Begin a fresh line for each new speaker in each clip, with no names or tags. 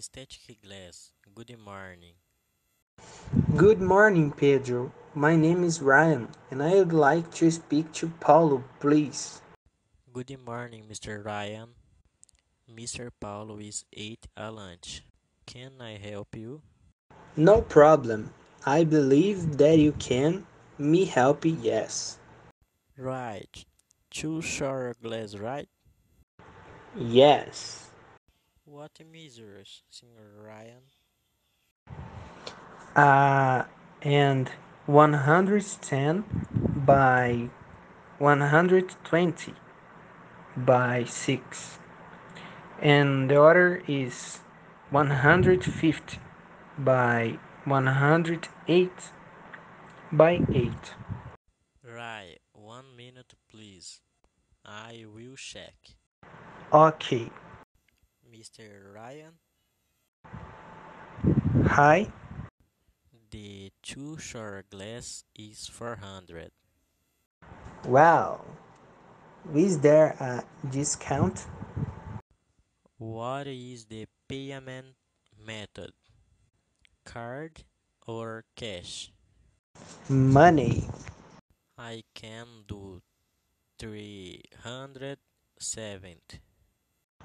Static Glass, good morning.
Good morning, Pedro. My name is Ryan, and I would like to speak to Paulo, please.
Good morning, Mr. Ryan. Mr. Paulo is at a lunch. Can I help you?
No problem. I believe that you can. Me help, yes.
Right. Two short glass, right?
Yes.
What measures, Sr. Ryan?
Uh, and 110 by 120 by 6. And the other is 150 by 108 by 8.
Right. One minute, please. I will check.
Okay.
Mr. Ryan,
Hi.
the two short glass is 400.
Wow. Is there a discount?
What is the payment method? Card or cash?
Money.
I can do 370.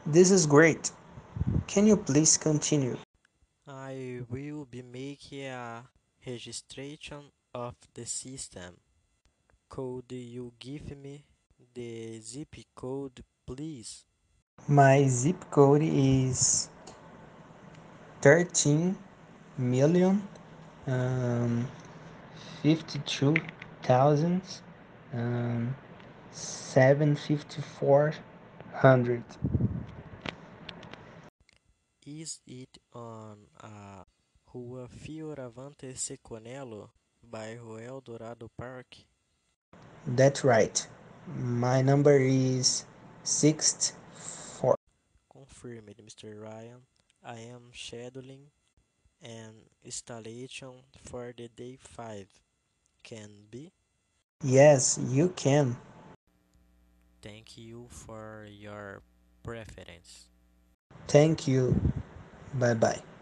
This is great. Can you please continue?
I will be making a registration of the system. Could you give me the zip code, please?
My zip code is 13 million um, 52,000 um, 75400.
Is it on a Rua Fioravante Seconello, bairro Eldorado Park?
That's right. My number is 64.
Confirmed, Mr. Ryan. I am scheduling an installation for the day 5. Can be?
Yes, you can.
Thank you for your preference.
Thank you. Bye bye.